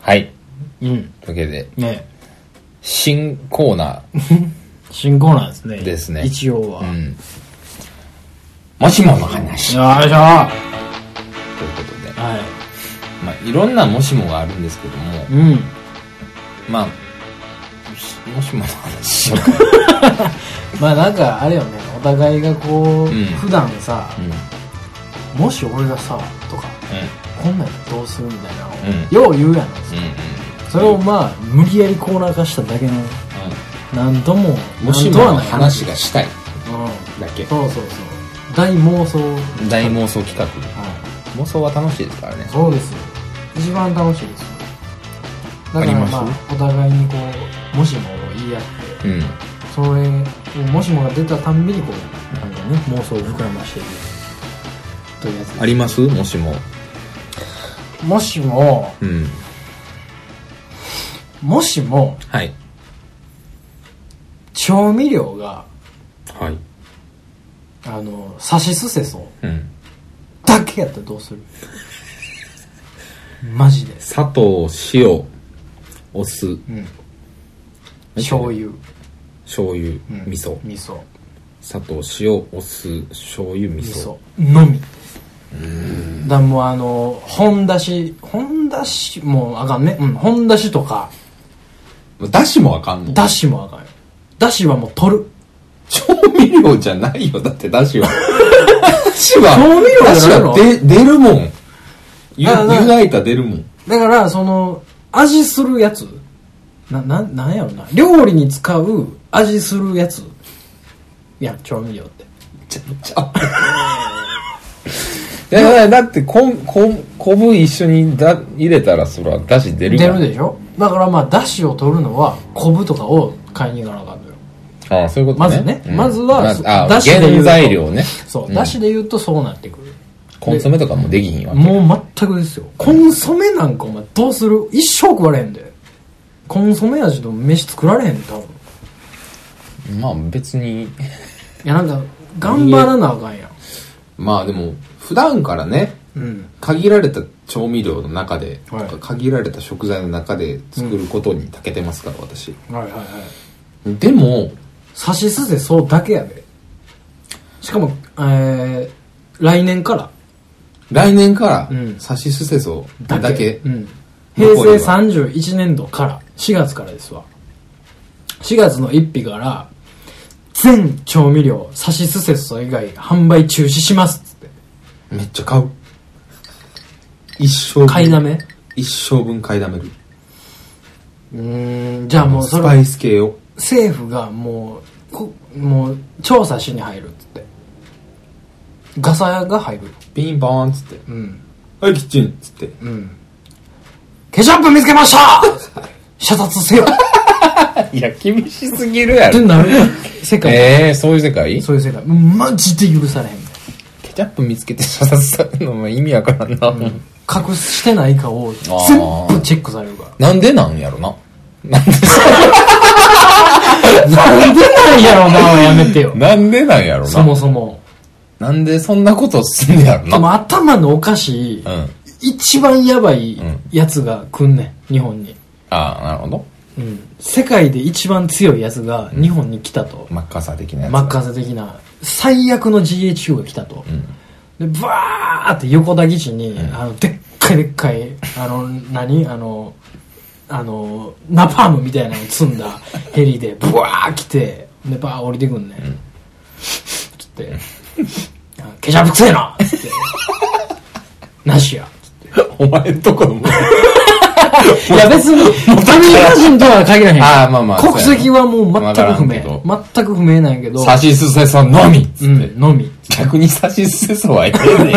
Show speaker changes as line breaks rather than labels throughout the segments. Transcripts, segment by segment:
はい。
うん。
というわけで、
ね
新コーナ
新コーナーですね。
です ね
一応は。
ー。うん。もしもの話。
よいしょは
ということで。まあ、いろんなもしもがあるんですけども
い。、うん。
まあ、しもしもの話しよう か。
まあなんかあれよね、お互いがこう、
ん
普段さ、
うん。うん。
もし俺がさ、とか、こんなんやったらどうするみたいなのを、
うん
よう言うやん。
うん。うん。
それをまあ、無理やりコーナー化しただけの、なんとも、
うん。もしもの話がしたい。
なんとはな
だ
い。う
け
ん。。そうそうそう。大妄想。
大妄想企画。
はい。
妄想は楽しいですからね。
そうですよ。一番楽しいですよ。
あ
だか
り
ら
ます
まあ、お互いにこう、もしもを言い合って、
うん。
それをもしもが出たたんびにこう、なんかね、妄想を膨らましていく。というやつです
ありますもしも。
もしも、
うん。
もしも、
はい。
調味料が、
はい。
あの、さしすせそ
うん。
だけやったらどうする マジで。
砂糖、塩、お酢、
うん。醤油、
醤油、
うん
味噌。
味噌、
砂糖、塩、お酢、醤油、味
味噌
噌。、
のみ。だからもうあの、本だし、本だしもあかんね。うん、本だしとか、
だしもあかんの
だしもあかんよ。だしはもう取る。
調味料じゃないよ。だってだ しは。だしは、
調味料
だ
じ
し
ゃないの
はで出るもん。ゆ
あな
湯がいたら出るもん。
だから、その、味するやつ。な、な、なんやろな。料理に使う味するやつ。いや、調味料って。
ちゃ、ちゃ。いやだって昆昆昆布一緒にだ入れたらそらだし出る
出
から
るでしょだからまあ、だしを取るのは、昆布とかを買いに行かなあかんのよ。
ああそういうことね
まずね
うん
まずは
まあ
だしで言う
原
と
材料ね
そう。
うん
だしで言うとそうなってくる。
コンソメとかもできひんわけ
もう全くですよ。コンソメなんかお前どうする一生食われへんで。コンソメ味の飯作られへんで、多分。
まあ別に
いや、なんか、頑張らなあかんやん。
まあでも普段からね
うん。
限られた調味料の中で、
はい
限られた食材の中で作ることに長けてますから私
はいはいはい。
でも
さしすせそうだけやで。しかも、えー、来年から
来年か
うん
らさしすせそだけ,、
うん、
どこ
平
には
成31年度から、4月からですわ。4月の1日から、全調味料、さしすせそ以外販売中止しますっつって。
めっちゃ買う一生
買いだ
分
め
一生分買いだめる
うーん、じゃあもうそ
スパ
れ、
イス系を
政府がもう、こもう、調査しに入るっつって。ガサが入る。
ピンポーンっつって
うん。
はいキッチンっつって
うん。ケチャップ見つけました射殺せよ
いや厳しすぎるや
ってなる世界、
ええそういう世界
そういう世界マジで許されへんみたい
ケチャップ見つけて射殺されるのも意味わからんな、
な隠してないかを全部チェックされるか
なんでなんやろななんで
らなんでなんやろうなやめてよ
なんでなんやろ
そも
な
そも
なんでそんなことすんねやろ
で
な
も頭のおかしい、
うん
一番やばいやつが来んねん日本に、
ああなるほど
うん、世界で一番強いやつが日本に来たと、
マッカーサー的なやつ
マッカーサ的な最悪の GHQ が来たと、でブワーって横抱き地に、あのでっかいでっかいあの何あのあのナパームみたいなのを積 んだヘリでブワー来てでバー降りてくんね、ん、つって「ケチャップくせえな!」つって「なしや」
お前んとこ のも
いや別にアメリカ人とは限らへん
ああまあまあ
国籍はもう
わ
全
か
く
ら
不
んけど
明全く不明なんやけど
サシスセソのみっつって、
うんのみ
逆にサシスセソはええね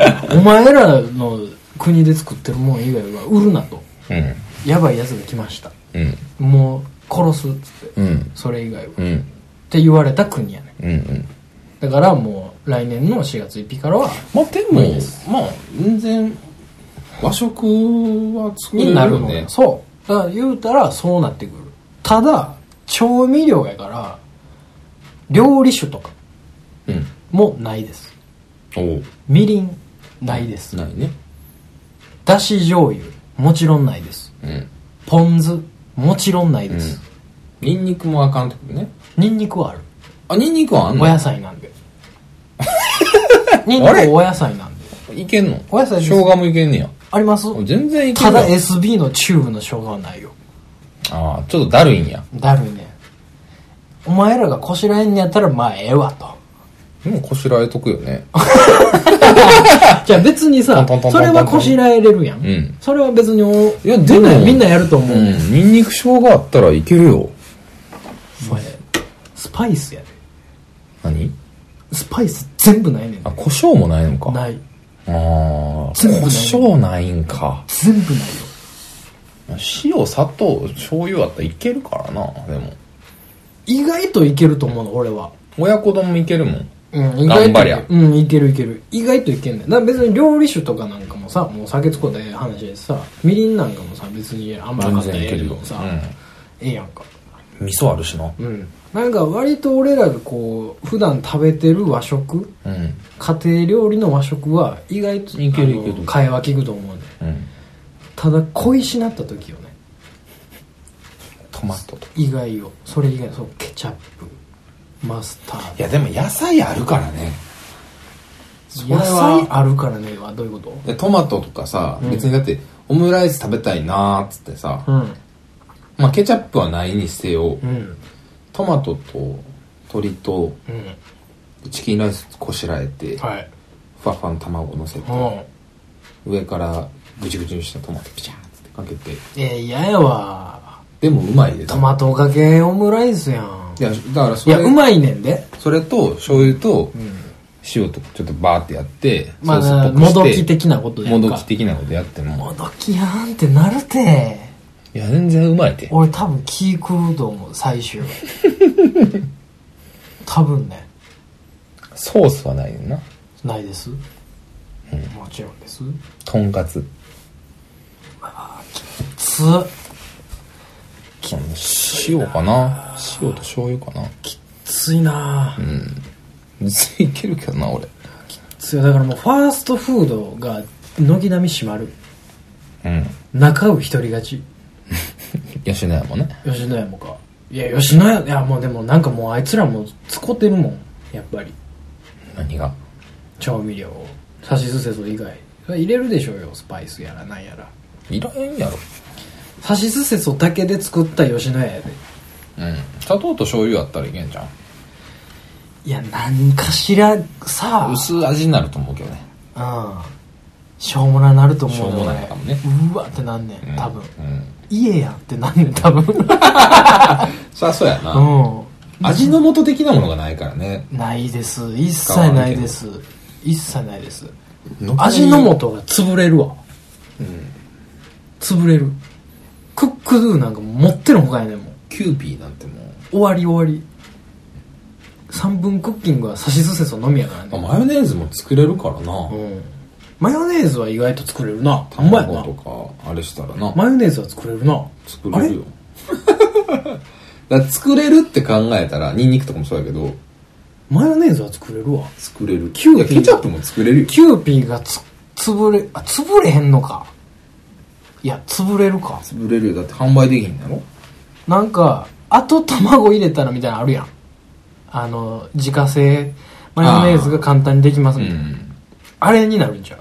や
お前らの国で作ってるもん以外は売るなと
うん
やばいやつが来ました
うん
もう殺すっつって、
うん
それ以外は、
う
っ
ん
て言われた国やね
うんうん
だからもう来年の4月1日からは
まあでもまあ全然和食は作れる
になる
よ
のよ
ね
そうだから言うたらそうなってくるただ調味料やから料理酒とか
うん
もないです
おう
みりんないです
ないね
だし醤油もちろんないです
うん
ポン酢もちろんないです、
ニンニクもあかんってことね
ニンニクはある
あニンニクはあん
お
の
野菜なん でニンニクはお野菜なんで
いけんの
お野菜で
生
す
姜もいけんねや
あります
全然いけ
た
ん
だ
ね
SB のチューブの生姜はないよ
ああちょっとだるいんや
だるいねお前らがこしらえんのやったらまあええわと
でもこしらえとくよね
じゃあ別にさ
トントントントントン
それはこしらえれるやん、
うん
それは別にお
いやでも
みんなみんなやると思う、
うんニンニク生姜あったらいけるよ
それスパイスやで
何
スパイス全部ないねん
あ胡椒もないのか
ない
ああ
全部ない
胡椒ないんか
全部ないよ
塩砂糖醤油あったらいけるからなでも
意外といけると思うの俺は
親子丼もいけるもん
うん、意
頑
外
張
と
りゃ
うん、いけるいける。意外といけんねん。だから別に料理酒とかなんかもさ、もう酒使うたらええ話でさ、みりんなんかもさ、別にあんまなかったらええけどさ、ええやんか。
うん、味噌あるしな
うん。なんか割と俺らがこう、普段食べてる和食、
うん
家庭料理の和食は意外と
いける
あの
いける
会話聞くと思うねん。
うん
ただ恋しなった時よね。
トマトとか
意外よ。それ以外、そう、ケチャップ、マスター
いやでも野菜あるからねそ
ド。
れ
野菜
は
あるからねはどういうこ
でトマトとかさ、
うん
別にだってオムライス食べたいなーっつってさ、
とうん。
まあケチャップはないにせよ、
うん。
トマトと鶏と
うん。
チキンライスこしらえて、
はい。
ふわふわの卵乗せて、
うん。
上からぐちぐちにしたトマトピチャーってかけて
えー、嫌やわ
でもうまいで
トマトかけオムライスやん
いやだから
い
そ
や
れ
うまいねんで、
それと醤油と塩とちょっとバーってやって、
まあ
ソースっぽく
も
して
どき的なことやん
も
か
どき的なことやっても
もどきやんってなるて
いや全然うまいて
俺多分気食うと思う 最終多分ね
ソースはないねんな
ないです、もちろんです
とんかつ
つ
塩かな塩と醤油かな
ついなぁ、
別にいけるけどな俺
ついだからもうファーストフードが軒並み閉まる
うん
中う一人勝ち
吉野家もね
吉野家もかいや吉野家いやもうでもなんかもうあいつらも使ってるもんやっぱり
何が
調味料をさしすせそ以外それ入れるでしょうよスパイスやらなんやら
いらへんやろ
さしすせそだけで作った吉野家やで
うん砂糖と醤油あったらいけんじゃん
いや何かしらさあ
薄味になると思うけどね
うんしょうもななると思うよ
しょうもないかもね
うわってなんねん多分、
うん
家やんってなんねん多分
そりゃそうやな、
う
味の素的なものがないからね
んないです一切ないです一切ないです味
味
の
の素
素が潰れるわ、潰れるクックドゥなんかもう持ってるほかやねんもん
キューピーなんてもう
終わり終わり3分クッキングはさしすせそのみやから
あ
ね、
マヨネーズも作れるからな、
うん、マヨネーズは意外と作れるなほんまや
卵
な
とかあれしたらな、
マヨネーズは作れるな
作れるよ だから作れるって考えたらニンニクとかもそうやけど
マヨネーズは作れるわ
作れる
キューピー
いやケチャップも作れるよ
キューピーがつ潰れあ潰れへんのかいや潰れるか
潰れるよだって販売できへんやろ
なんか、あと卵入れたらみたいなのあるやん。あの、自家製マヨネーズが簡単にできます
う
みたいな。あ,、
ん
れになるんちゃう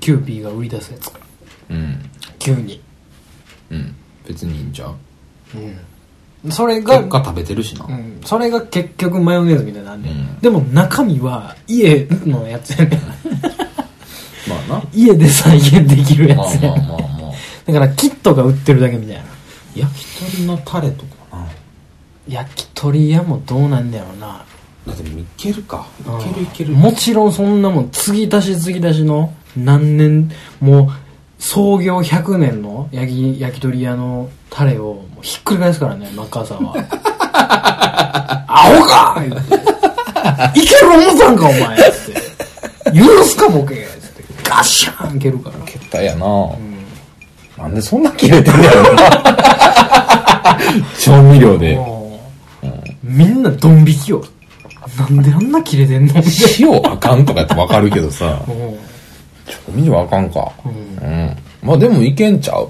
キューピーが売り出すやつが。
うん
急に。
うん別にいいんちゃう
うん。それが、
結果食べてるしな、
うん。それが結局マヨネーズみたいになんね、
うん
ん。でも中身は家のやつやねん。
まあな
家で再現できるや
まあ
つや
ま
ね
あ
ん。
まあ まあ
だからキットが売ってるだけみたいな。
焼き鳥のタレとかな
焼き鳥屋もどうなんだろうな。
だっていけるかいけるいける
もちろんそんなもん継ぎ足し継ぎ足しの何年もう創業100年の焼き焼き鳥屋のタレをもうひっくり返すからねマッカーサ ーはアホか言っていける思ったんかお前つって許すかボケつってガシャーンいけるから
決体やな、なんでそんな切れて んだろうな調味料で
もうみんなドン引きよなんであんな切れてんの
塩あかんとかやってわかるけどさ
も
調味料あかんか
ううん
うんまあでもいけんちゃう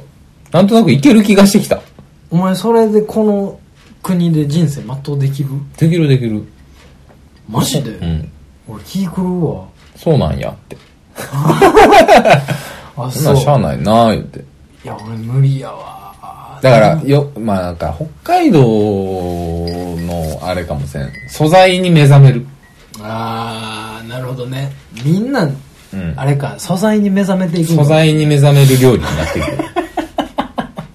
なんとなくいける気がしてきた。
お前それでこの国で人生全うできる
できるできる。
マジで、
うん。
俺気狂うわ
そうなんやって。そんな
あそ
んしゃあ
う
ないなー言って。
いや俺無理やわ
だから、よ、まあなんか、北海道のあれかもしれん。素材に目覚める。
あーなるほどねみんな、
うん
あれか素材に目覚めていくの
素材に目覚める料理になってくる。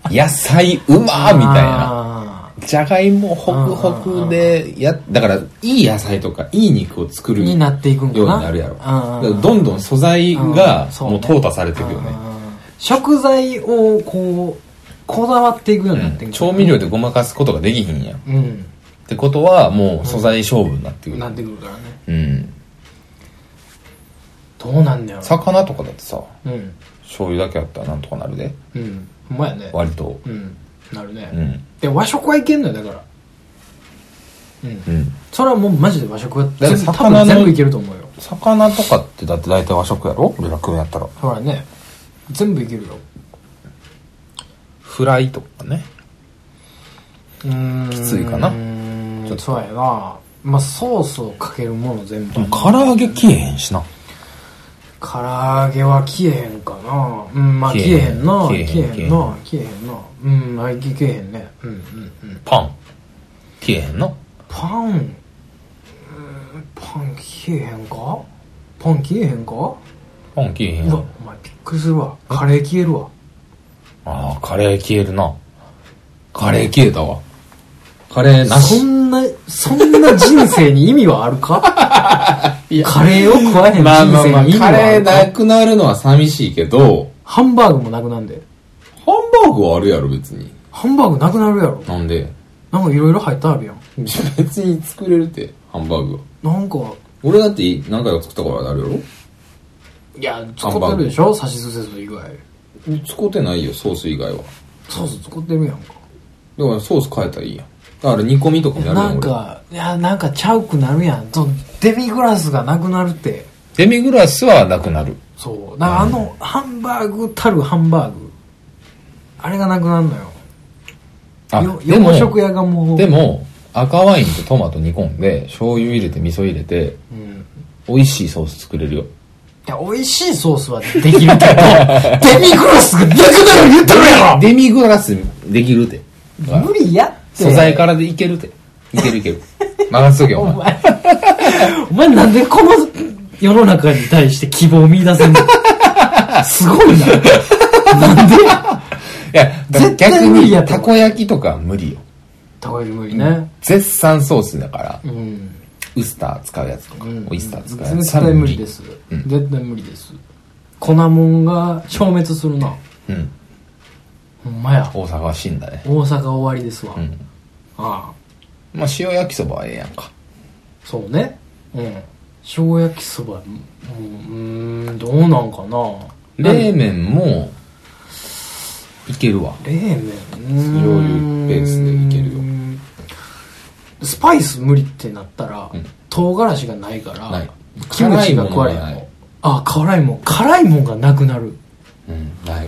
野菜うまーみたいな。
あ
じゃがいもホクホクで、や、だから、いい野菜とか、いい肉を作
ー
る
になっていくんかな
ようになるやろ。だ
あ
か
ー
らどんどん素材が
うんそう
も
ね
う淘汰されていくよね。
あー食材をこうこだわっていくようになっていく、
調味料でごまかすことができひんやん。っ
うん
てことは、もう素材勝負になってくる
な。ってくるからね
うん。
どうなんだよ
魚とかだってさ、
うん
醤油だけあったらなんとかなるで。
うんほんまやね
割と。
うんなるね、
うん。
で和食はいけんのよだからうん
うん。
それはもうマジで和食は
だから
全部多
魚の
分全部いけると思うよ
魚とかってだって大体和食やろ俺ら食うんやったら。
ほらね全部いけるよ
フライとかね。
うーん
きついかな
う
ちょっ
ん
と
そうやなまあソースをかけるもの全部
唐揚げ消えへんしな。
唐揚げは消えへんかなうんまあ
消
消
えへ
えへ
ん
んな
消えへん
消えへんな消えへんなうんあいけ消えへんねうんうんうん
パン。消えへんの
パンうんパン消えへんかパン消えへんか
パン消えへん
う
や
わ
ん。
お前びっくりするわカレー消えるわ
ああ、カレー消えるな。カレー消えたわ。カレーなし
そ。んなそんな人生に意味はあるか カレーを食わへん人
まあまあま
生
あ、
に意味は
カ
あ
レー
るか、
なくなるのは寂しいけど、
ハンバーグもなくなんで
ハンバーグはあるやろ、別に。
ハンバーグなくなるやろ
なんで
なんかいろいろ入ったあるやん
別に作れるって、ハンバーグは。
なんか
俺だって何回か作ったからあるやろ
いや作ってるでしょさしすせそ以外
使ってないよ、ソース以外は。
ソース作ってるやんか
だからソース変えたらいいやん。だから煮込みとかもやるやん
なん
俺
かいやなんかちゃうくなるやんそのデミグラスがなくなるって
デミグラスはなくなる。
そうだからあのハンバーグたるハンバーグあれがなくなるのよ
あ、
よ
でも
洋、食屋がもう
でも、赤ワインとトマト煮込んで、醤油入れて味噌入れて、
うん
美味しいソース作れるよ。
いや、美味しいソースはできる けど、デミグラスがなくなる言ってるや
デミグラスできるて。
ろ無理やって。
素材からでいけるて。いけるいけ る。任せとけよ、お前。
お前、お前なんでこの世の中に対して希望を見出 せんのすごいな。なんで
いや、だから
絶対
逆
無理や
に、
と
たこ焼きとかは無理よ。
たこ焼き無理ね。
絶賛ソースだから
う、ん。
ウスター使うやつとか、
うん
オイスター使うやつ。
絶対無理です。
うん
絶対無理です。粉もんが消滅するな。
うん。
ほんまや。
大阪は死んだね。
大阪終わりですわ。
うん。
ああ。
まあ、塩焼きそばはええやんか。
そうねうん塩焼きそばもううーんどうなんかな
冷麺も、いけるわ。
冷麺
醤油ベースでいけるよ
よスパイス無理ってなったら、
うん
唐辛子がないから
ない
キムチが食われへん
辛いもんがな
の
い
あ辛いもん辛いもんがなくなる
うん、ない。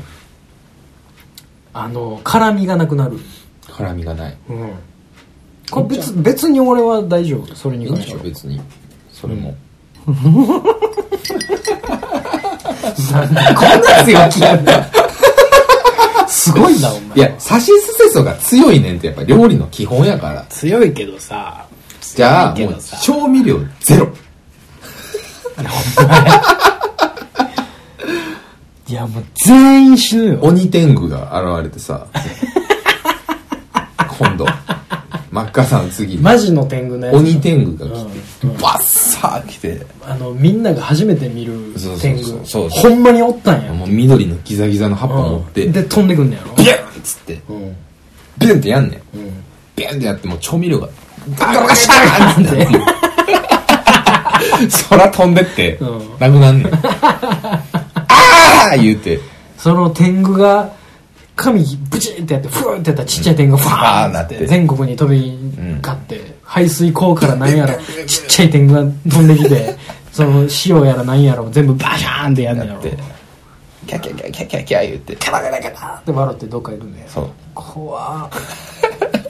あの辛みがなくなる
辛みがない。
うんこれ別別に俺は大丈夫それに関しては
別に。それも。
なんでこんな強気な んだすごいなお前
いや、サシスセソが強いねんってやっぱ料理の基本やから。
強いけどさ
じゃあ、
強い
も
け
う
どさ
調味料ゼロ。
いやもう全員死ぬよ
鬼天狗が現れて さ、今度、真っ赤さんの次に、
マジの天狗ね
鬼天狗が来て
うんう、ん
バッサー来て、
あのみんなが初めて見る
そうそうそう
天
そう
狗ほんまにおったんや
もう緑のギザギザの葉っぱ持って、
うん
ビ
で飛んでくんねやろ
ュンっつって、
うん
ビュンってやんねん。
うん
ビュンってやってもう調味料が、ガラガラシャーンってなって、空飛んでって、
うん
なくなんねん。あー言うて、
その天狗が髪ブチってやってフーってやったらちっちゃい天狗ファーン
あーな
っ
ってて
全国に飛び交って、排水口から 何やらちっちゃい天狗が飛んできてその塩やら何やらを全部バシャーンってやんねや
や
ろ
って、
キャキャキャキャキャキャ言って
キャラキャラキャラって笑ってどっかいるんだよ
そう
怖っ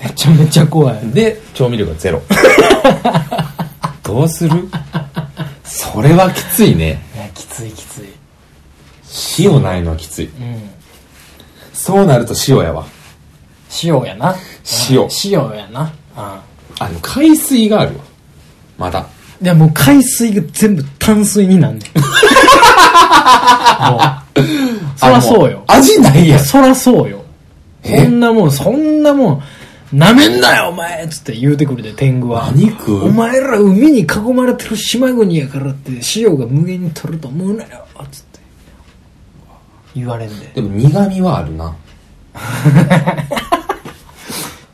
めちゃめちゃ怖い
で調味料がゼロどうするそれはきついね
いやきついきつい
塩ないのはきつい
うん
そうなると塩やわ
塩やな
塩
塩やなうん
あの海水があるわまだ
いやもう海水が全部淡水になんねん もうそらそうよ
あの味ないやん
そらそうよそんなもんそんなもんなめんなよお前っつって言うてくるで天狗は
何食う
お前ら海に囲まれてる島国やからって塩が無限に取ると思うなよっつって言われんで
でも苦味はあるな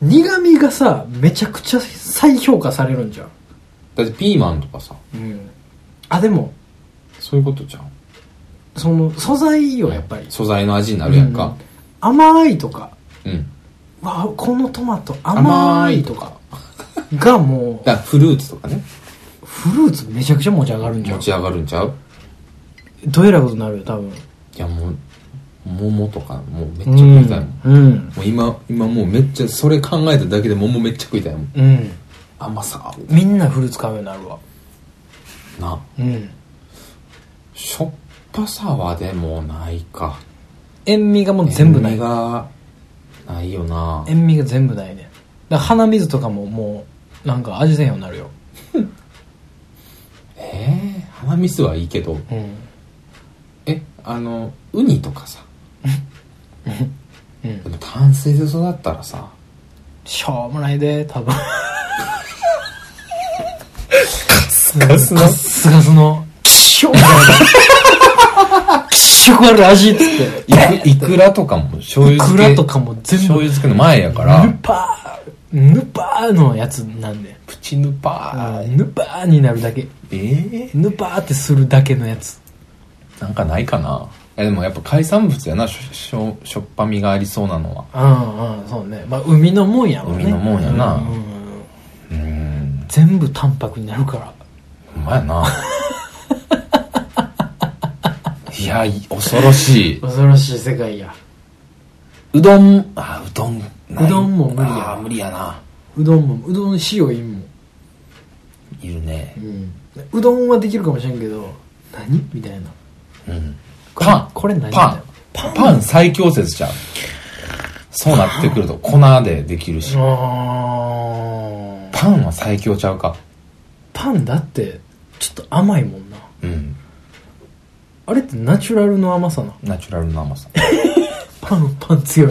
苦味がさめちゃくちゃ再評価されるんじゃん、
だってピーマンとかさ
うん、あでも
そういうことじゃん
その素材よやっぱり
素材の味になるやんか
甘いとか
うん、
わあこのトマト甘いとかがも
だからフルーツとかね
うフルーツめちゃくちゃ持ち上がるんじゃ
持
ん
ち上がるんちゃう
どえらいことになるよ多分
いやもう桃とかもうめっちゃ食いたいもん、も
うんうん
う今今もうめっちゃそれ考えただけで桃めっちゃ食いたいもん
うん
甘さある
みんなフルーツ買うようになるわ
な
うん
しょっぱさはでもないか
塩味がもう全部ない
塩味がないよな
塩味が全部ないねだから鼻水とかももうなんか味せんようになるよ
えー、鼻水はいいけど
うん
えあのウニとかさ
うん
でも淡水で育ったらさ
しょうもないで多分
ガス
ガッスガスのきっしょくきっしょくある味っつって
いくいくらとかも醤油漬け
いくらとかも全部
醤油漬けの前やから
ヌパーヌパーのやつなんで
プチヌパ
ヌパーになるだけ
ーええ
ヌパーってするだけのやつ
なんかないかないやでもやっぱ海産物やなしょしょしょっぱみがありそうなのは
うんうんそうねまあ海のもんやろね
海のもんやな
うんうんうん
うーん
全部淡白になるから
ほんまや ないやい恐ろしい
恐ろしい世界や
うどんあうどんないう
どんも無理や
あー無理やな
うどんもうどん塩いんもん、
いるね
うん、うどんはできるかもしれんけど何みたい
う
な
ん
これ
パン
これ何
パンパン最強説じゃんそうなってくると粉でできるし
あ
パンは最強ちゃうか
パンだってちょっと甘いもんな
うん
あれってナチュラルの甘さな
ナチュラルな甘さ
パンパン 強い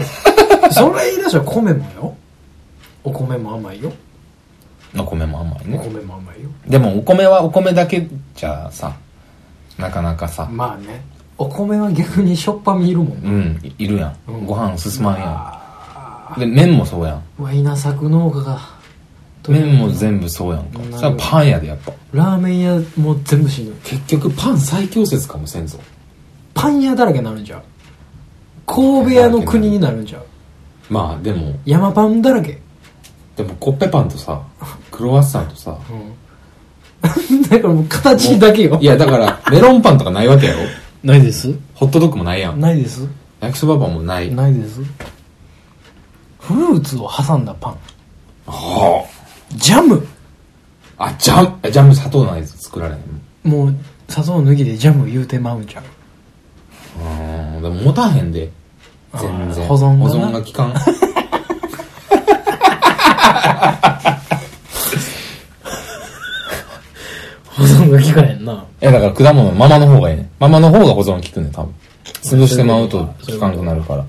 それ言い出したら米もよお米も甘いよ
お米も甘い
お
ね
米も甘いよ
でもお米はお米だけじゃさなかなかさ
まあねお米は逆にしょっぱみいるもん
う
な、
んいいるや
うんん
ご飯進まんやんで麺もそうやん
うわ稲作農家が
麺も全部そうやんか
なるほど
それはパンやでやっぱ
ラーメン屋も全部しんどい
結局パン最強説かもせんぞ
パン屋だらけになるんじゃう神戸屋の国になるんじゃう
まあでも
山パンだらけ
でもコッペパンと さクロワッサンとさ
うんだからもう形だけよ
いやだからメロンパンとかないわけやろ
ないです
ホットドッグもないやん
ないです
焼きそばパンもない
ないですフルーツを挟んだパン
あ
ジャム
ああジャムえジャム砂糖ないやつ作られへん
もう砂糖脱ぎでジャム言うてまうんちゃう
うーんでも持たへんで全然
あー保存がな
保存が効かん
保存が効かへんない
やだから果物のままの方がいいねままの方が保存効くね多分潰してまうと効かんくなるから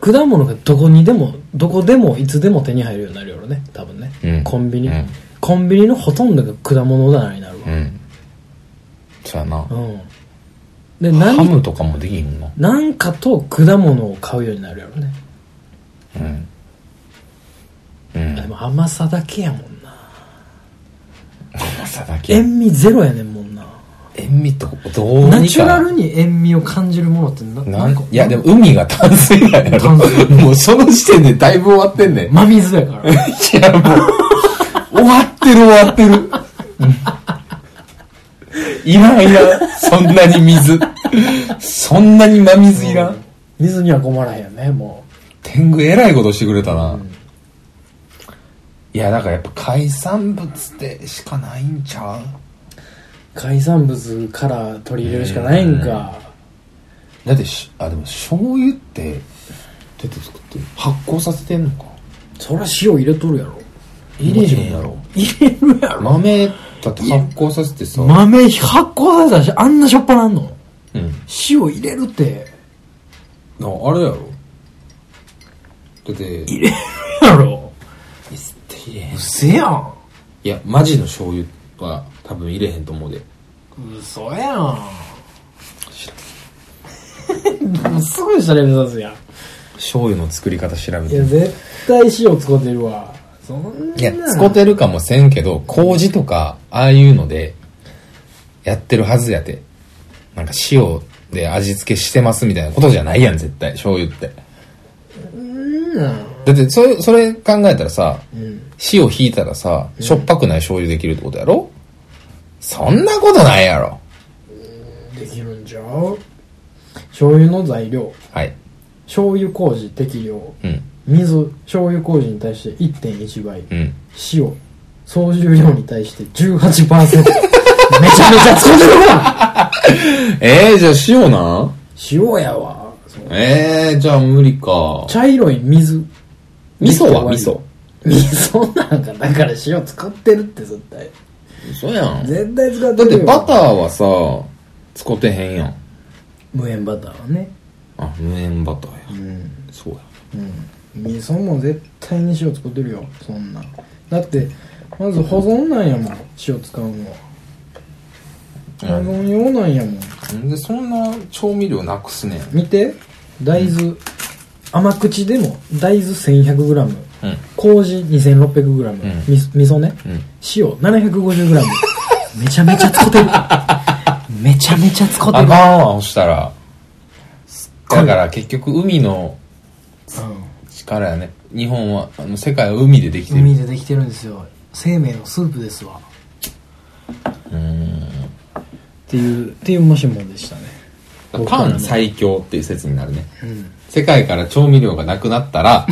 果物がどこにでもどこでもいつでも手に入るようになるよね多分ね、
うん
コンビニ、
うん
コンビニのほとんどが果物棚になるわ
うんそやな
うん、で
ハ
何
ムとかもできひんもん
何かと果物を買うようになるよね、
なうんうん
でも甘さだけやもんな
甘さだけ
塩味ゼロやねんもんな
塩味とどうにか
ナチュラルに塩味を感じるものってな
な
なんん
か
か
いやでも海が淡水だよ
淡水
もうその時点でだいぶ終わってんねん
真水やから
いやもう終わってる終わってるいらんいらんそんなに水そんなに真 水いらん
水には困らへんよねも
天狗えらいことしてくれたな、いやだからやっぱ海産物でしかないんちゃう
う海産物から取り入れるしかないんか
だってしあでも醤油ってどうやって作ってる発酵させてんのか
そりゃ塩入れとるやろ入れへんやろ入れるやろ
豆だって発酵させてさ、
豆発酵させたらしあんなしょっぱなんの
うん
塩入れるって
なあれやろだって
入れるやろ
入れへん
うせやん
いやマジの醤油は多分入れへんと思うで
嘘やんすごい調べさすやん
醤油の作り方調べ
い
て
や
みる
絶対塩使ってるわそんなん
いや使ってるかもせんけど麹とかああいうのでやってるはずやてなんか塩で味付けしてますみたいなことじゃないやん絶対醤油ってだってそれそれ考えたらさ、塩引いたらさしょっぱくない醤油できるってことやろ、そんなことないやろ
できるんじゃう醤油の材料
はい
醤油麹適量
うん
水醤油麹に対して1.1倍、
うん
塩総重量に対して18%めちゃめちゃ使ってるわ
えー、じゃあ塩なん
塩やわそう
えー、じゃあ無理か
茶色い水
味噌は味噌
味噌なんかだから塩使ってるって絶対
そうやん
絶対使
だ
って
っ
る
て
よ
バターはさ使ってへんやん
無塩バターはね
あ無塩バターや
うん
そうや
うん味噌も絶対に塩使ってるよそんなんだってまず保存なんやもん塩使うのは保存用なんやもん
なんでそんな調味料なくすねん
見て大豆甘口でも大豆 1100g
うん
麹 2600g、
ん
み味噌ね、
ん
塩 750g めちゃめちゃ 使ってるめちゃめちゃ使って
あ
る
かんわそしたらだから結局海の力やね日本はあの世界は海でできて
うん
る
海でできてるんですよ生命のスープですわっていうっていうもしもでしたね
パン最強っていう説になるね
うん
世界から調味料がなくなったら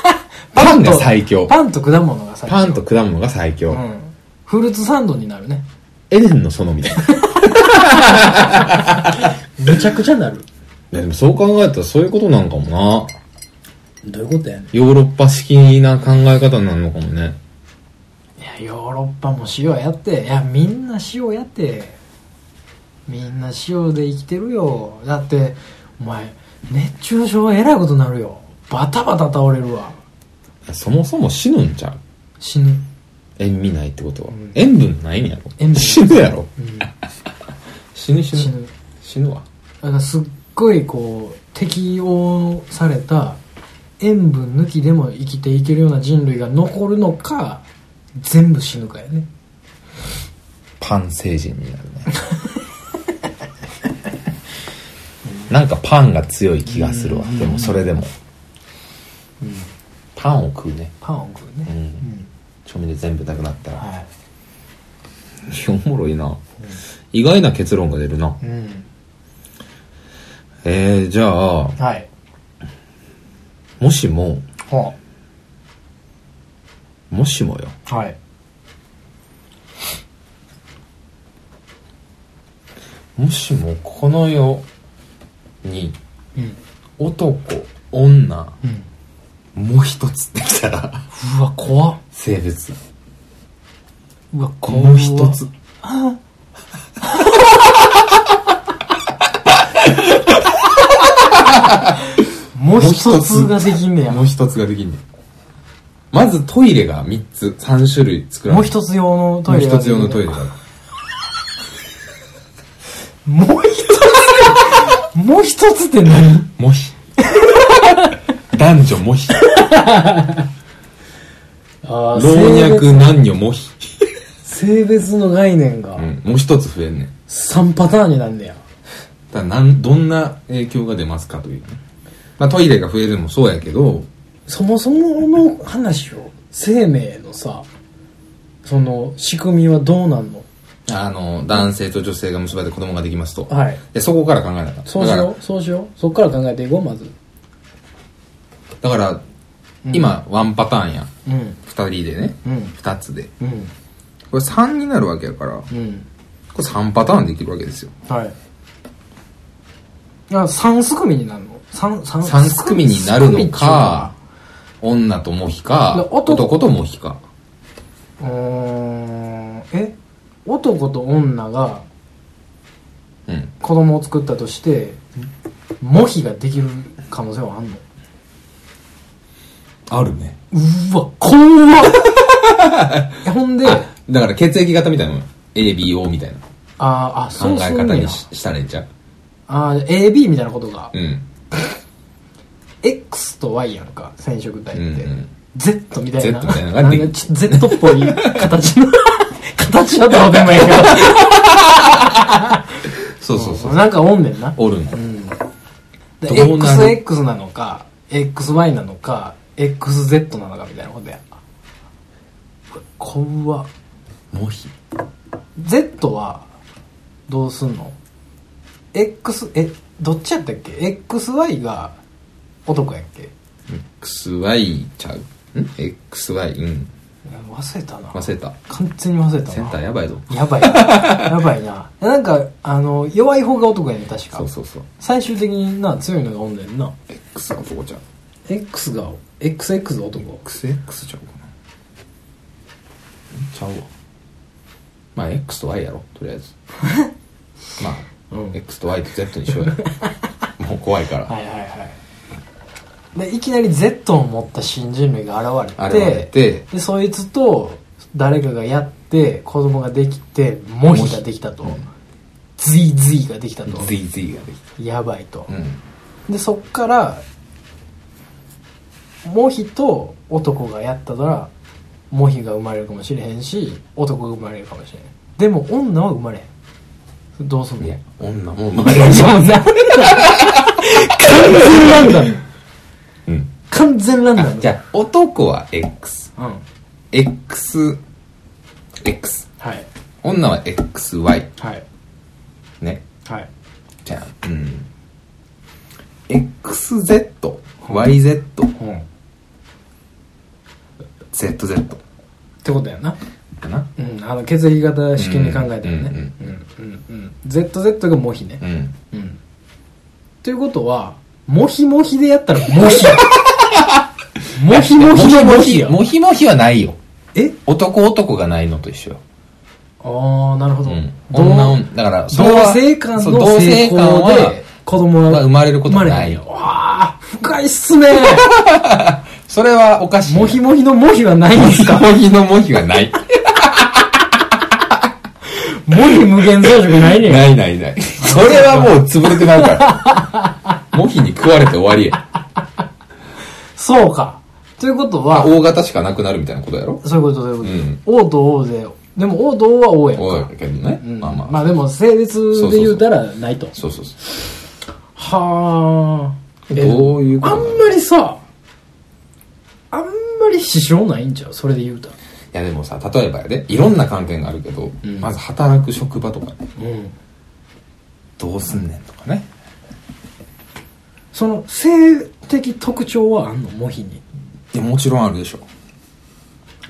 パンが最強
パンと果物が最強
パンと果物が最強、
うんフルーツサンドになるね
エデンの園みたいな い
むちゃくちゃなる
やでもそう考えたらそういうことなんかもな
どういうことやねん
ヨーロッパ式な考え方になるのかもね
いやヨーロッパも塩やっていやみんな塩やってみんな塩で生きてるよだってお前熱中症えらいことになるよバタバタ倒れるわ
そもそも死ぬんちゃう
死ぬ
塩味ないってことは、
ん
塩分ないんやろ
塩分
死ぬやろ
うん
死ぬ死ぬ
死ぬ
死ぬわ
だからすっごいこう適応された塩分抜きでも生きていけるような人類が残るのか全部死ぬかやね
パン星人になるねなんかパンが強い気がするわでもそれでも、パンを食うね
パンを食うね、
うん調味料全部なくなったら、
はい、
やおもろいな、意外な結論が出るない
うん、
えー、じゃあ
はい
もしも
は
もしもよ
あはい
もしもこの世に
うん
男女
うん
もう一つできたら
うわ怖っ
性別
うわ怖っ
もう一つ
もう
も
一
う一
つ
つ
ができんねや
もう一つができんねんまずトイレが3つ3種類作ら
も
れ
う一つ用のトイレ
もう一つ用のトイレがある
もう一つもう一つって何
もひ男女もひ
あ
老若男女もひ、
性別の概念が
うん、もう一つ増えんねん
3パターンになんねや
ただなんどんな影響が出ますかというね、まあ、トイレが増えるのもそうやけど
そもそもの話を生命のさその仕組みはどうなんの
あの、男性と女性が結ばれて子供ができますと。
はい
で、そこから考えなかった。
そうしようそうしようそっから考えていこうまず
だから、だから今、ワンパターンやん。
うん
二人でね。
うん
二つで。
うん
これ三になるわけやから、こ
うん
れ三パターンできるわけですよ。
はいあ三すくみになるの三三
三すくみになるのか、女とモヒ
い
か
や、男
男とモヒか。
うーんえ男と女が
うん。
子供を作ったとして模擬ができる可能性はあんの
あるね。
うーわ怖っ えほんであ
だから血液型みたいなの ABO みたいな
あそ
考
うす
え
る
方
ね
に
や
ししたらいいんちゃう
あ AB みたいなことが、
うん
X と Y やんか染色体って、
うんうん
Z みたいな
Z みたいなの
な
が
ん
でき
かち Z っぽい形の形はどうでもいいけ
そうそうそ
ど
う
なんかおんねんな
おるんだ
で
どうなる
XX なのか XY なのか XZ なのかみたいなことや怖っ
モヒ
Z はどうすんの X えどっちやったっけ XY が男やっけ
XY ちゃうん ?XY うん
忘れたな
忘れた
完全に忘れたな
センターやばいぞ
やばいなやばいななんかあの弱い方が男やね確か
そうそうそう
最終的にな強いのがおんねんな
X が男ちゃう
X が XX が男
XX ちゃうかなちゃうわまあ X と Y やろとりあえず まあ、
うん
X と Y と Z にしよ うよもう怖いから、
はいはいはいでいきなり Z を持った新人類が現れて
現れて
でそいつと誰かがやって子供ができてモヒができたと、ズイズイができたと
ZZ ができ
やばいと
た、うん
でそっからモヒと男がやったらモヒが生まれるかもしれへんし男が生まれるかもしれへんでも女は生まれへんそれどうすんの
いや女も生まれる
いやもうなんだ完全ランダム
うん
完全ランダ
あ
ム
じゃあ男は X
うん
XX
はい
女は XY
はい
ね
はい
じゃあうん XZYZZZ か
うんってことやな
な
うんあの血液型式に考えたら
う
ねうんうんうん ZZ がモヒね
うん
うんということはモヒモヒでやったらモヒモヒモヒのモヒや
モヒモヒはないよ
え
男男がないのと一緒よ
ああなるほど
うん
同
女女だからそれは
同性間
そ
の
う同性
性
間
交
は
で子供
は生まれることはない
生まれへんわあ深いっすね
それはおかしい
モヒモヒのモヒはないんですか
モヒのモヒはない
モヒ無限増殖ないねん
ないないないそれはもう潰れてなるから モヒに食われて終わりや
そうかということは
大型しかなくなるみたいなことやろ
そういうことそういう
う
こと、王と王ででも王と王は王やん
おい
か、
けどね、
うん
まあまあ、
まあでも性別で言うたらないと
そうそうそ
はあ
うどういうこと
あんまりさあんまり支障ないんちゃうそれで言うたら
いやでもさ例えばやでいろんな関係があるけど、
ん
まず働く職場とか
うん
どうすんねんとかね
その性的特徴はあんのモヒに
いやもちろんあるでしょ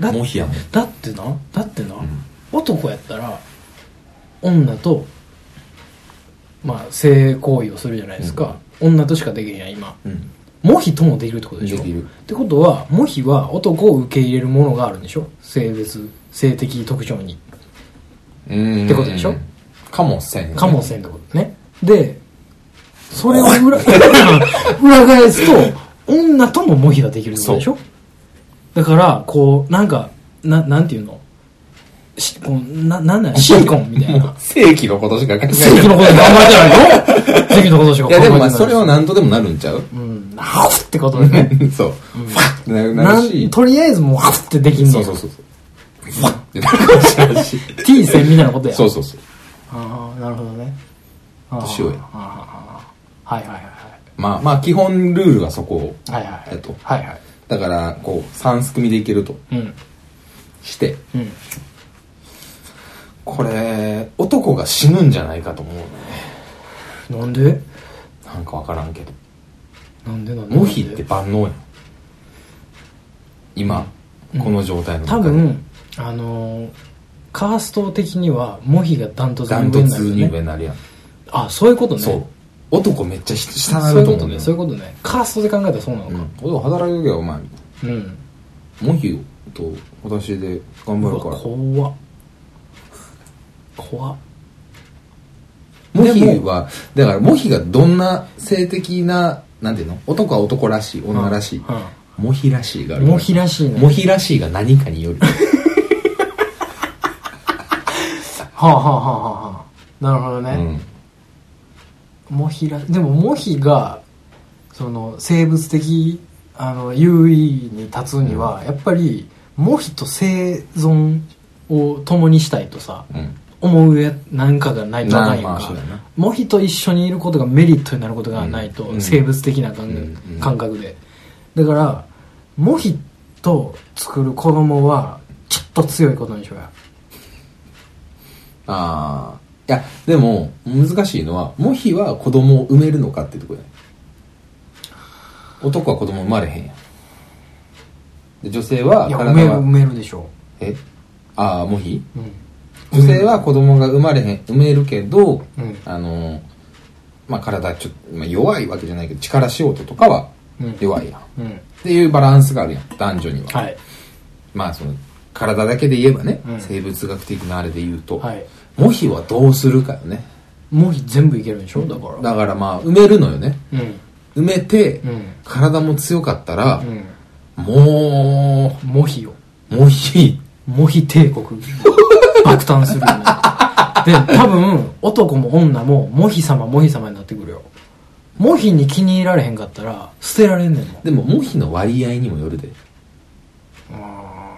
だ
モヒやもん
だってなだってな、男やったら女とまあ性行為をするじゃないですか、女としかできへんやん今
うん
モヒともできるってことでしょ
できる
ってことはモヒは男を受け入れるものがあるんでしょ性別性的特徴に
うん
ってことでしょ
かもせんよね
かもせんってことねでそれを裏 裏返すと女ともモヒができるってことでしょだからこうなんかななんていうのしこうななん だよシリコンみたい
もう
な
正規のことしか考えない
正規のことで頑張って ないよ正規のことしか
いやでもまあ
考えて
そ
な
れは何とでもなるんちゃう
うんハフってことでね
そうファッてなる なる
な
し
んとりあえずもうハフってできんね
そ
ん
うそうそうそうファッてなるかもしれない し
T 線みたいなことや
そうそうそう
ああなるほどね
年上
ああああはいはいは
まあまあ基本ルールはそこ
いはいはいはい
えっと
はいはい
だからこう3すくみでいけると
うん
して
うん
これ、男が死ぬんじゃないかと思うね。
なんで
なんかわからんけど。
なんでなんで
モヒって万能やん。今、この状態の
多分あのーカースト的にはモヒがダントツ
ダ
に
ン
上
ト
にな
ツ
る
に
よ
上
ね
になるやん。
あそういうことね
そう。男めっちゃ下な
そ
る
うい
と
う
思
こと
うんだ
ね
よ。
そういうことねカーストで考えたらそうなの
う
か
ん。男働けよ、お前。
うん、
モヒと私で頑張
うわ
るから。
怖っ怖っ
モヒは、だからモヒがどんな性的な、なんていうの男は男らしい、女らしい。
うんうん
モヒらしいがある。
モヒらしいね
モヒらしいが何かによる。
はあはあはあはあはあなるほど
う
ね、
ん。
モヒらでもモヒがその生物的あの優位に立つには、やっぱりモヒと生存を共にしたいとさ
うん。
思うやなんかがないとあかんや
ま
ん
あそう
か
やな
モヒと一緒にいることがメリットになることがないと、
うん
生物的な
う
感,、
ん
感覚でだからモヒと作る子供はちょっと強いことにしようや
ああ。いや、でも、難しいのは、モヒは子供を産めるのかってとこやね男は子供生まれへんやん。で女性はい
や
体
埋める埋
は、
めるでしょ
えああ、モヒ
う、うん
女性は子供が生まれへん、産めるけど、
うん
あのー、まあ、体ちょっと、まあ、弱いわけじゃないけど、力仕事とかは
うん
弱いやん。っ
うん
ていうバランスがあるやん、男女には。
はい
まあ、その、体だけで言えばね、
うん
生物学的なあれで言うと、
はい
モヒはどうするかよね。
モヒ全部いけるでしょだから
だからまあ、埋めるのよね。
うん
埋めて、
うん
体も強かったら
う、ん
も
モヒを
う、モヒ、
モヒ帝 国爆誕するよねで多分男も女もモヒ様モヒ様になってくるよモヒに気に入られへんかったら捨てられんねんもん
でもモヒの割合にもよるで、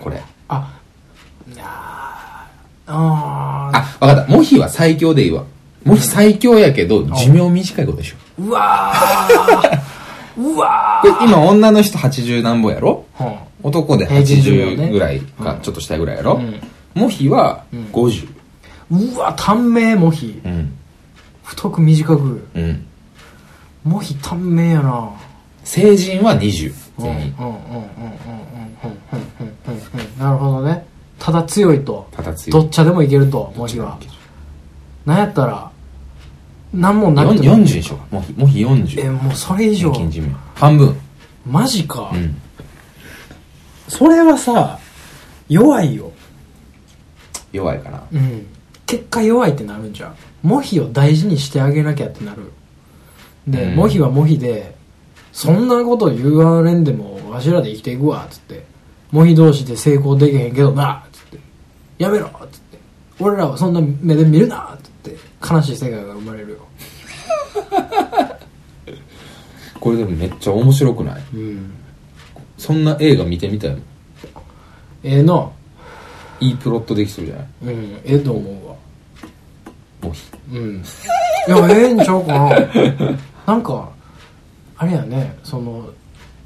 これ。
あいやーあー
あ、わかった。モヒは最強でいいわ。モヒ最強やけど、寿命短いことでしょ。
うわー うわ
これ今女の人80何本やろ
ー、うん
男で
平均寿命
80
ね
ぐらいか、ちょっと下ぐらいやろ、モヒは50。
うわ短命モヒ
うん。
太く短く
うん。
モヒ短命やな
成人は20。
うんうんう
全
んうんうん
員。
うんうんうんうんうんなるほどねただ強いと
ただ強
ど
い。
っちでもいけるとモヒはなんやったら何もな
よん
くても
40でしょ。モヒ、モヒ
え
40。
もうそれ以上
平均寿命。半分。
マジか、
うん。
それはさ弱いよ
弱いかな。
うん結果弱いってなるんじゃんモヒを大事にしてあげなきゃってなるで、
うん
モヒはモヒでそんなこと言われんでもわしらで生きていくわっつってモヒ同士で成功できへんけどなっつってやめろっつって俺らはそんな目で見るなっつって悲しい世界が生まれるよ
これでもめっちゃ面白くない
うん
そんな映画見てみたいもん。
ええない
いプロットできそうじゃない
うんええと思うわ
モヒ。
うんいやええんちゃうかななんかあれやねその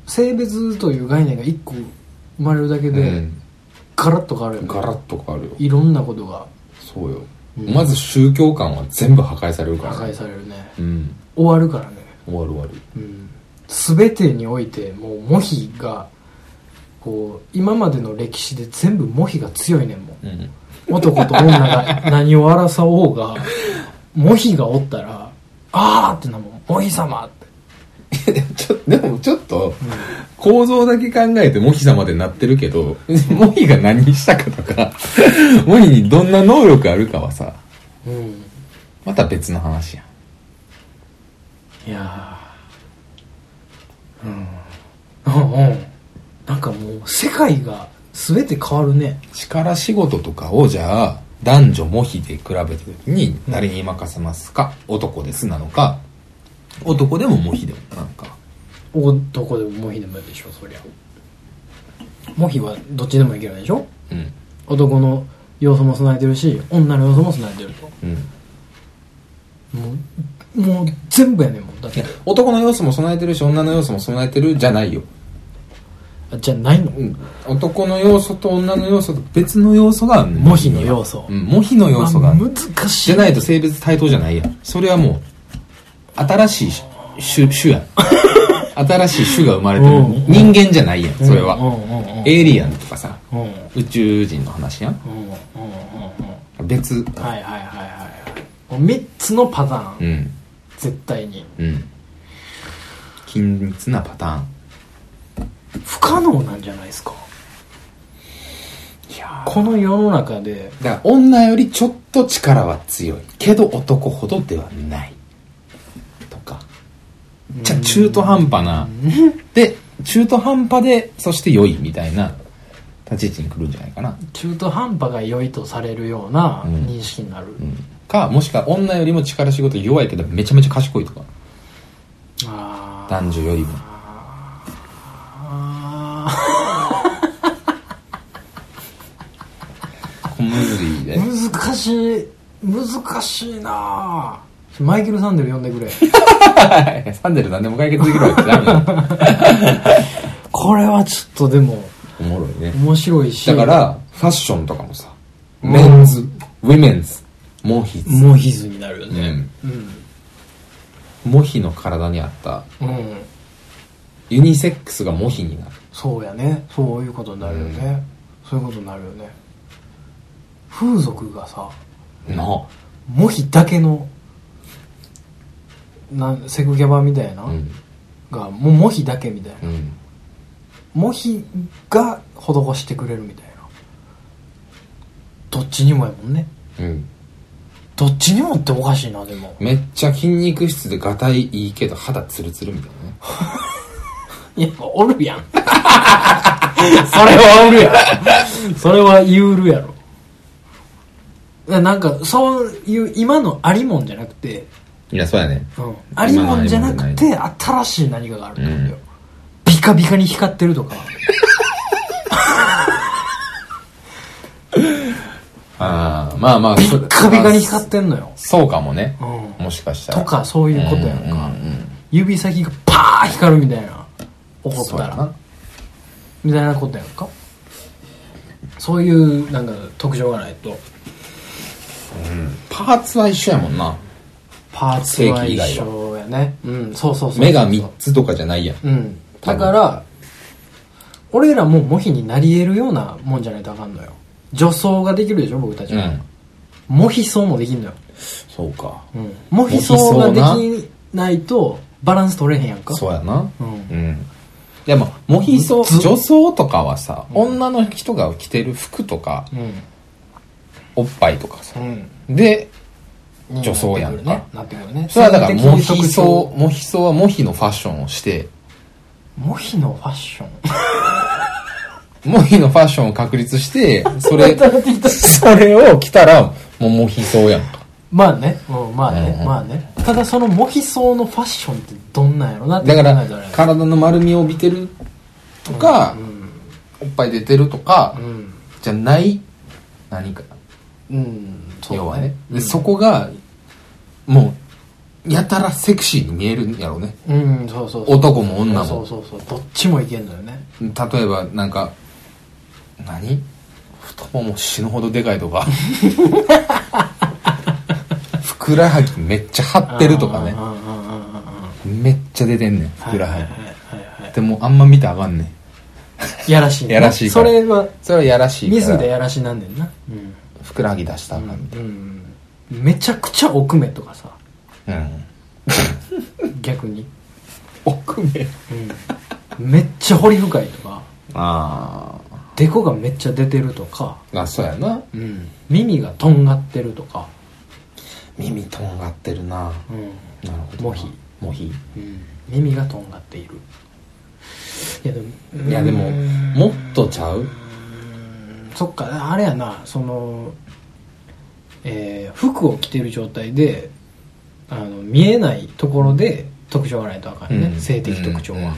性別という概念が一個生まれるだけで、
うん
ガラッと変わるよね
ガラッと変わるよ。
いろんなことが
そうよ。
うん
まず宗教観は全部破壊されるから、ね。
破壊されるね
うん。
終わるからね、
終わる終わる。
うん、全てにおいてもうモヒがこう今までの歴史で全部モヒが強いねんもん
うん。
男と女が何を争おうがモヒがおったら「あー」ってなもん「モヒ様」って
ちょでもちょっと、構造だけ考えてモヒ様でなってるけど、 モヒが何したかとか、モヒにどんな能力あるかはさ、
うん
また別の話やん。
いやーうんうんうんなんかもう世界が全て変わるね
力仕事とかをじゃあ、男女モヒで比べた時に、誰に任せますか、男ですなのか、男でもモヒでもなんか。
男でもモヒでもやるでしょそりゃモヒはどっちでもいけるでしょ
うん。
男の要素も備えてるし女の要素も備えてると
うん。
もうもう全部やねんもんだっ
い
て
や男の要素も備えてるし、女の要素も備えてるじゃないよ。
あじゃないの
うん男の要素と女の要素と別の要素が
模擬の要素
うん模擬の要素がある
まあ難しい
じゃないと性別対等じゃないやんそれはもう新しい種種 種やん新しい種が生まれてる
うん
人間じゃないやんそれは
うんうんうんうん
エイリアンとかさ
うんうん
宇宙人の話やん
うんうんうん
別
はいはいはいはいもう3つのパターン、
うん
絶対に
うん緊密なパターン
不可能なんじゃないですか
いや
この世の中で
だから女よりちょっと力は強いけど男ほどではないとかじゃあ中途半端なで中途半端でそして良いみたいな立ち位置に来るんじゃないかな、
中途半端が良いとされるような
うん
認識になる、
うん、かもしくは女よりも力仕事弱いけどめちゃめちゃ賢いとか
あー
男女よりも
あ
小むずいで
ー難しい難しいなぁマイケル・サンデル呼んでくれ
サンデル何でも解決できるわけじゃ ん
これはちょっとでも
おもろいね
面白いし
だからファッションとかもさメンズウィメンズモヒズ
モヒズになるよね
モヒの体にあった
うん、うん、
ユニセックスがモヒになる
そうやねそういうことになるよね、そういうことになるよね風俗がさ
なあ
モヒだけのなんセクギャバみたいな、
うん
がもうモヒだけみたいな
うん
モヒが施してくれるみたいなどっちにもやもんね
うん
どっちにもっておかしいなでも
めっちゃ筋肉質でガタイいいけど肌ツルツルみたいなね
いやおるやんそれはおるやん それは言うるやろいやなんかそういう今のありもんじゃなくて、
いやそうやね
うん、ありもんじゃなくて新しい何かがあるんだよ、ビカビカに光ってるとか
ああまあまあビ
ビカビカに光ってんのよ
そうかもね
う
もしかしたら
とかそういうことやんか、
うんうんうん
指先がパー光るみたいな怒っ
そう
た
や
ら
な
みたいなことやんかそういうなんか特徴がないと
パーツは一緒やもんな
パーツは一緒やねうんそうそうそうそう
目が3つとかじゃないやん
うんだから俺らもモヒになり得るようなもんじゃないとあかんのよ女装ができるでしょ僕たち
う
は、
ん
モヒ装もできんのよ、
そうか
うん、モヒ装ができないとバランス取れへんやんか
そうやな
うん
うんでもモヒソ
ず
女装とかはさ女の人が着てる服とか
うん
おっぱいとかさ
うん
で女装やんか
ねなってくるね
それはだからモヒ
特
ソ
徴
モヒソはモヒのファッションをして
モヒのファッション
モヒのファッションを確立 してそれ
また出てきた
それを着たらもうモヒソやんか
まあね、うん、まあね、
うんうん
まあねただそのモヒソのファッションってどんなんやろなって
だか
考
ら
えたらね
体の丸みを帯びてるとかおっぱい出てるとか
うん
じゃない何か
うんそう
要はねでそこがもうやたらセクシーに見えるんやろうね
うんそうそうそう
男も女
そ
も
うそうそうどっちもいけんのよね
例えばなんか何太もも死ぬほどでかいと かふくらはぎめっちゃ張ってるとかね
うんうんうんうんうん
めっちゃ出てんねんふくらは
はい
ぎ、
はいはいはい
でもあんま見たらあかんねん
やらしいね
やらしいか
そ
ら
れは
それはやらしい
ミ
か
スで
ら
やらしなんねんなうん
ふくらはぎ出したらあかんみた
うんめちゃくちゃ奥目とかさ
いなうん
逆に
奥目
うんめっちゃ彫り深いとか
あ
デコがめっちゃ出てるとか
ーあそうやな
うん耳がとんがってるとか
耳とんがってるな
う
なるほど
モヒ
モヒ
ん耳がとんがっているいやでも
いやでも
うーん
もっとちゃう
そっかあれやなそのえー服を着てる状態であの見えないところで特徴がないとあかんよね、
うん
性的特徴は、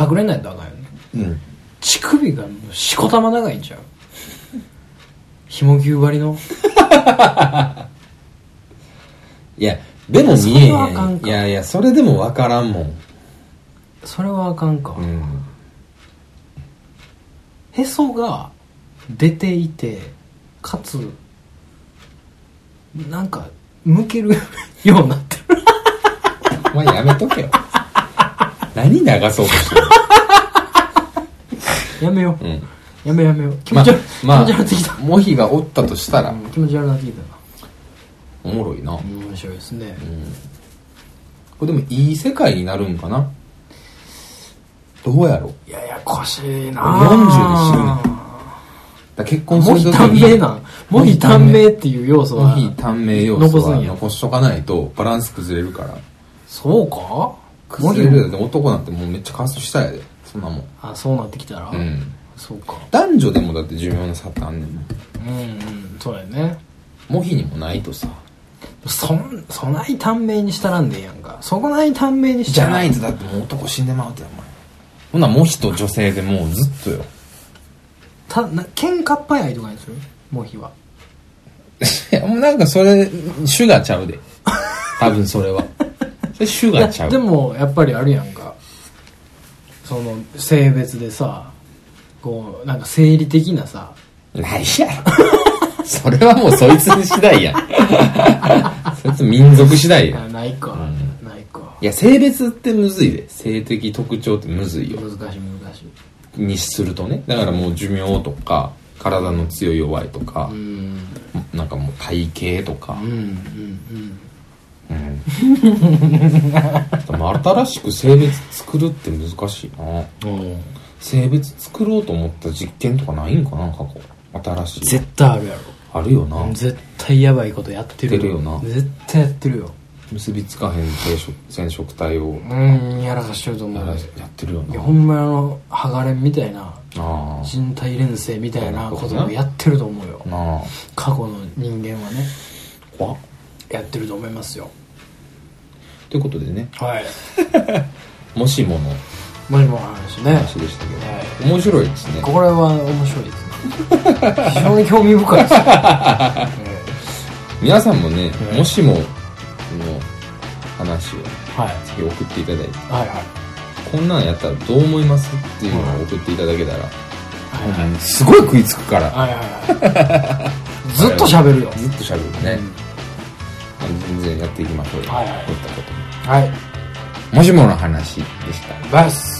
隠れないとあかんよね
うんうん
乳首がもうしこたま長いんちゃう ひも牛割りの
いやでも見え
それはあか
へ
ん
ん
か
いやいやそれでもわからんもん
それはあかんか、
うん
へそが出ていてかつなんか向ける ようになって る
お前やめとけよ 何流そうとしてる
やめよう、
うん
やめようやめよう気
ま
持
あ
ち悪い、
ま
気持ち悪くなってき
あモヒがおったとした
た、
ら
うん気持ち悪くなってきたな
おもろいな、こ
面白いですね、
れでもいい世界になるんかなどうやろう
ややこしいな
40でだから結婚す
モ
る
ヒ
時
短命
に
なんモヒ短命っていう要素
モ
は
ヒ短命要素
残す
は
んや
残しとかないとバランス崩れるから
そうかモヒ
崩れるよで男なんてもうめっちゃカーストしたやでそんなもん
あそうなってきたら、
うん
そうか
男女でもだって寿命の差ってあんねんもん
うんうんそうやね
モヒにもないとさ
そんそない短命にしたらんでええやんかそこない短命にし
じ
たら
ゃないとだってもう男死んでまうてお前ほなモヒと女性でもうずっとよ
たな喧嘩っ早いとかにするモヒは
い やもうなんかそれ主がちゃうで多分それ はそれ主
いや
がちゃう
でもやっぱりあるやんかその性別でさこうなんか生理的なさ
ないやろ それはもうそいつ次第 やんそいつ民族次第やん
あないか、ないか
いや性別ってむずいで性的特徴ってむずいよ
難しい難しい
にするとねだからもう寿命とか体の強い弱いとか、
うん
なんかもう体型とか、
うんうん
うん、 でも新しく性別作るって難しいな
うん
性別作ろうと思った実験とかないんかな過去新しい
絶対あるやろ
あるよな
絶対やばいことやってる
やってるよな
絶対やってるよ
結びつかへん定食染色体を
うんやらかしてると思
や
う
らやってるよ
い
な
やほんまにあの剥がれんみたいな
あ
人体錬成みたいなこともやってると思うよ
あなあ
過去の人間はね
怖っ
やってると思いますよ
ということでね
はい
もしもの
もしもの話ね
話でしたけど、
は
面白いですね
これは面白いですね非常に興味深い です、え
皆さんもね、
うん
もしもの話を
えはい
ぜひ送っていただいて
はいはい
こんなんやったらどう思いますっていうのを送っていただけたら、
いはい
うんすごい食いつくから、
はいはい はいずっと喋るよ
ずっとしゃべるね、あの全然やっていきましょうよ、
はいはい
こういったこと
はい
ももしもの話でした
バス